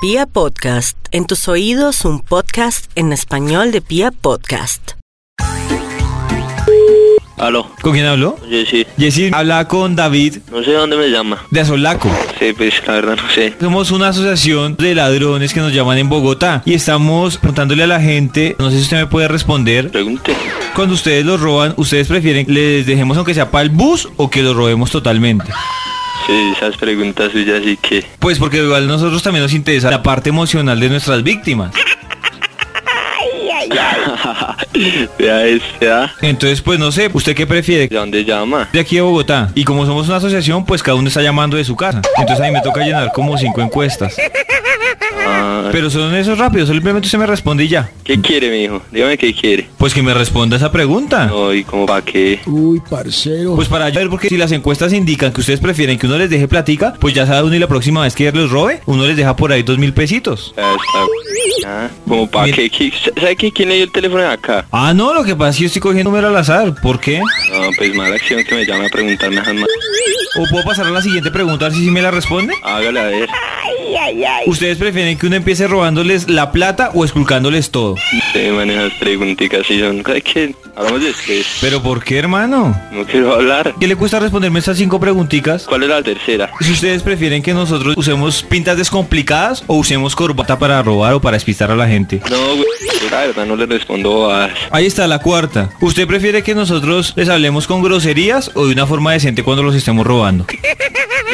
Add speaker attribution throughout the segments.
Speaker 1: Pia Podcast, en tus oídos un podcast en español de Pia Podcast.
Speaker 2: Aló,
Speaker 3: ¿Con quién habló?
Speaker 2: yo sí,
Speaker 3: Jessy habla con David
Speaker 2: no sé dónde me llama.
Speaker 3: de Azolaco.
Speaker 2: Sí, pues la verdad no sé.
Speaker 3: Somos una asociación de ladrones que nos llaman en Bogotá y estamos preguntándole a la gente, no sé si usted me puede responder,
Speaker 2: Pregunte.
Speaker 3: cuando ustedes los roban, ¿ustedes prefieren que les dejemos aunque sea para el bus o que los robemos totalmente?
Speaker 2: Sí, esas preguntas suyas sí que.
Speaker 3: Pues porque igual a nosotros también nos interesa la parte emocional de nuestras víctimas.
Speaker 2: ah, Vea este, ¿ah?
Speaker 3: Entonces, pues no sé, ¿usted qué prefiere?
Speaker 2: ¿De dónde llama?
Speaker 3: De aquí de Bogotá. Y como somos una asociación, pues cada uno está llamando de su casa. Entonces a mí me toca llenar como cinco encuestas.
Speaker 2: Ah,
Speaker 3: Pero son esos rápidos, simplemente usted me responde y ya.
Speaker 2: ¿Qué quiere, mi hijo? Dígame qué quiere.
Speaker 3: Pues que me responda esa pregunta.
Speaker 2: No, ¿y como para qué?
Speaker 4: Uy, parcero.
Speaker 3: Pues para ver, porque si las encuestas indican que ustedes prefieren que uno les deje platica, pues ya sabe uno y la próxima vez que los robe, uno les deja por ahí dos mil pesitos.
Speaker 2: Ah, está- ah, ¿Como para
Speaker 3: Mira.
Speaker 2: qué? ¿Qui- ¿Sabe qué? quién le dio el teléfono de acá?
Speaker 3: Ah, no, lo que pasa es que yo estoy cogiendo número al azar. ¿Por qué?
Speaker 2: No, pues mala acción que me llame a preguntarme esas más.
Speaker 3: ¿O puedo pasar a la siguiente pregunta a ver si sí me la responde?
Speaker 2: Hágale a ver.
Speaker 3: ¿Ustedes prefieren que uno empiece robándoles la plata o esculcándoles todo?
Speaker 2: Sí, man, esas preguntitas sí son. ¿Sabe qué? Hablamos después.
Speaker 3: ¿Pero por qué, hermano?
Speaker 2: No quiero hablar.
Speaker 3: ¿Qué le cuesta responderme esas cinco preguntitas?
Speaker 2: ¿Cuál es la tercera?
Speaker 3: Si ustedes prefieren que nosotros usemos pintas descomplicadas o usemos corbata para robar o para despistar a la gente.
Speaker 2: No, güey. yo La verdad no le respondo a...
Speaker 3: Ahí está la cuarta. ¿Usted prefiere que nosotros les hablemos con groserías o de una forma decente cuando los estemos robando?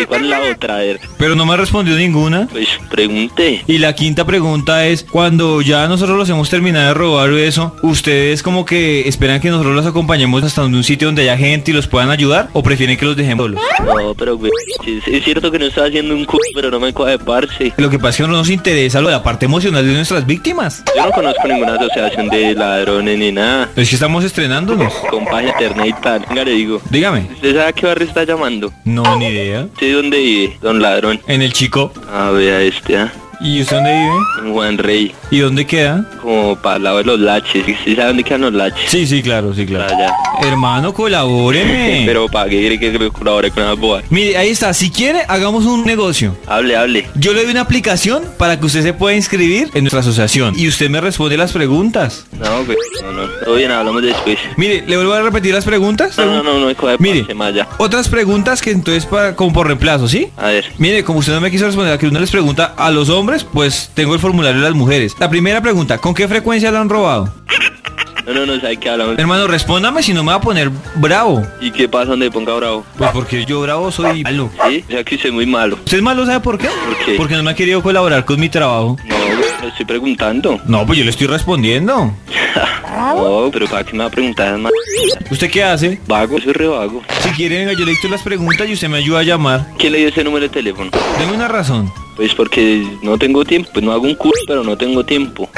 Speaker 2: ¿Y cuál es la otra? A ver.
Speaker 3: Pero no me ha respondido ninguna.
Speaker 2: Pues pregunté.
Speaker 3: Y la quinta pregunta es, cuando ya nosotros los hemos terminado de robar o eso, ¿ustedes como que esperan que nosotros los acompañemos hasta un sitio donde haya gente y los puedan ayudar o prefieren que los dejemos solos?
Speaker 2: No, pero güey, sí, sí, es cierto que no estaba haciendo un cu, pero no me cuadre parce.
Speaker 3: Lo que pasa es que no nos interesa lo de la parte emocional de nuestras víctimas.
Speaker 2: Yo no conozco ninguna asociación de ladrones ni nada.
Speaker 3: Es que estamos estrenándonos.
Speaker 2: Con página internet y tal. Venga, le digo.
Speaker 3: Dígame.
Speaker 2: ¿Usted sabe a qué barrio está llamando?
Speaker 3: No, ni idea.
Speaker 2: ¿Usted dónde vive? Don Ladrón.
Speaker 3: En el chico.
Speaker 2: Ah, vea este, ¿ah?
Speaker 3: ¿Y usted dónde vive?
Speaker 2: Don Juan Rey.
Speaker 3: ¿Y dónde queda?
Speaker 2: Como para el lado de los laches. ¿Usted sabe dónde quedan los laches?
Speaker 3: Sí, sí, claro, sí,
Speaker 2: Allá.
Speaker 3: Hermano, colabóreme.
Speaker 2: Pero para qué quiere que me colabore con las boas.
Speaker 3: Mire, ahí está. Si quiere, hagamos un negocio.
Speaker 2: Hable, hable.
Speaker 3: Yo le doy una aplicación para que usted se pueda inscribir en nuestra asociación y usted me responde las preguntas.
Speaker 2: No, güey. No, no. Todo bien, hablamos después.
Speaker 3: Mire, le vuelvo a repetir las preguntas.
Speaker 2: No, no, no, no me cuadre
Speaker 3: Mire,
Speaker 2: parce, más allá.
Speaker 3: otras preguntas que entonces para como por reemplazo, ¿sí?
Speaker 2: A ver.
Speaker 3: Mire, como usted no me quiso responder a que uno les pregunta a los hombres, pues tengo el formulario de las mujeres. La primera pregunta, ¿con qué frecuencia lo han robado?
Speaker 2: No, no, no, ¿sabe qué hablamos?
Speaker 3: Hermano, respóndame si no me va a poner bravo.
Speaker 2: ¿Y qué pasa donde ponga bravo?
Speaker 3: Pues porque yo bravo soy malo.
Speaker 2: ¿Sí? O sea que soy muy malo.
Speaker 3: ¿Usted es malo sabe por qué?
Speaker 2: ¿Por qué?
Speaker 3: Porque no me ha querido colaborar con mi trabajo.
Speaker 2: No, güey, lo estoy preguntando.
Speaker 3: No, pues yo le estoy respondiendo.
Speaker 2: No, pero para qué me va a preguntar más.
Speaker 3: ¿Usted qué hace?
Speaker 2: Vago, soy re vago.
Speaker 3: Si quiere, venga, yo le dicto las preguntas y usted me ayuda a llamar.
Speaker 2: ¿Quién le dio ese número de teléfono?
Speaker 3: Deme una razón.
Speaker 2: Pues porque no tengo tiempo. Pues no hago un curso, pero no tengo tiempo.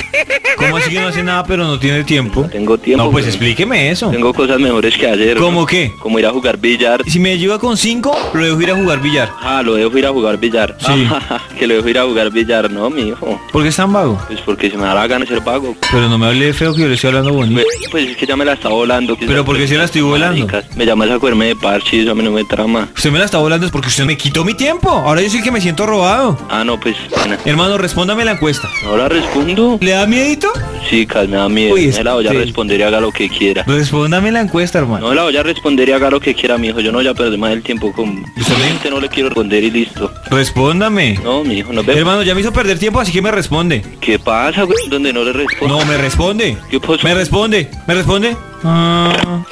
Speaker 3: ¿Cómo así que no hace nada pero no tiene tiempo?
Speaker 2: No tengo tiempo.
Speaker 3: No, pues
Speaker 2: güey.
Speaker 3: explíqueme eso.
Speaker 2: Tengo cosas mejores que hacer.
Speaker 3: ¿Cómo
Speaker 2: ¿no?
Speaker 3: qué?
Speaker 2: Como ir a jugar billar.
Speaker 3: Si me ayuda con cinco, lo dejo ir a jugar billar.
Speaker 2: Ah, lo dejo ir a jugar billar.
Speaker 3: Sí.
Speaker 2: que lo dejo ir a jugar billar, no, mi hijo.
Speaker 3: ¿Por qué es tan vago?
Speaker 2: Pues porque se me da la gana de ser vago.
Speaker 3: Pero no me hable de feo que yo le estoy hablando bonito.
Speaker 2: Pues, pues es que ya me la está volando.
Speaker 3: Pero ¿por qué se la estoy volando?
Speaker 2: Maricas, Me llamas a comerme de parche y eso a mí no me trama.
Speaker 3: Usted me la está volando es porque usted me quitó mi tiempo. Ahora yo soy el que me siento robado.
Speaker 2: Ah, no, pues, pana.
Speaker 3: Hermano, respóndame la encuesta.
Speaker 2: Ahora respondo.
Speaker 3: ¿Le da miedito?
Speaker 2: Chicas, me da miedo.
Speaker 3: Uy,
Speaker 2: no la voy a
Speaker 3: sí.
Speaker 2: responder y haga lo que quiera.
Speaker 3: Respóndame la encuesta, hermano.
Speaker 2: No la voy a responder y haga lo que quiera, mijo. Yo no voy a perder más el tiempo con...
Speaker 3: ¿Está bien?
Speaker 2: Solamente no le quiero responder y listo.
Speaker 3: Respóndame.
Speaker 2: No, mijo, no vemos.
Speaker 3: Hermano, ya me hizo perder tiempo, así que me responde.
Speaker 2: ¿Qué pasa, güey? Donde no le respondo.
Speaker 3: No, me responde.
Speaker 2: ¿Qué pasó?
Speaker 3: Me responde. ¿Me responde? Ah.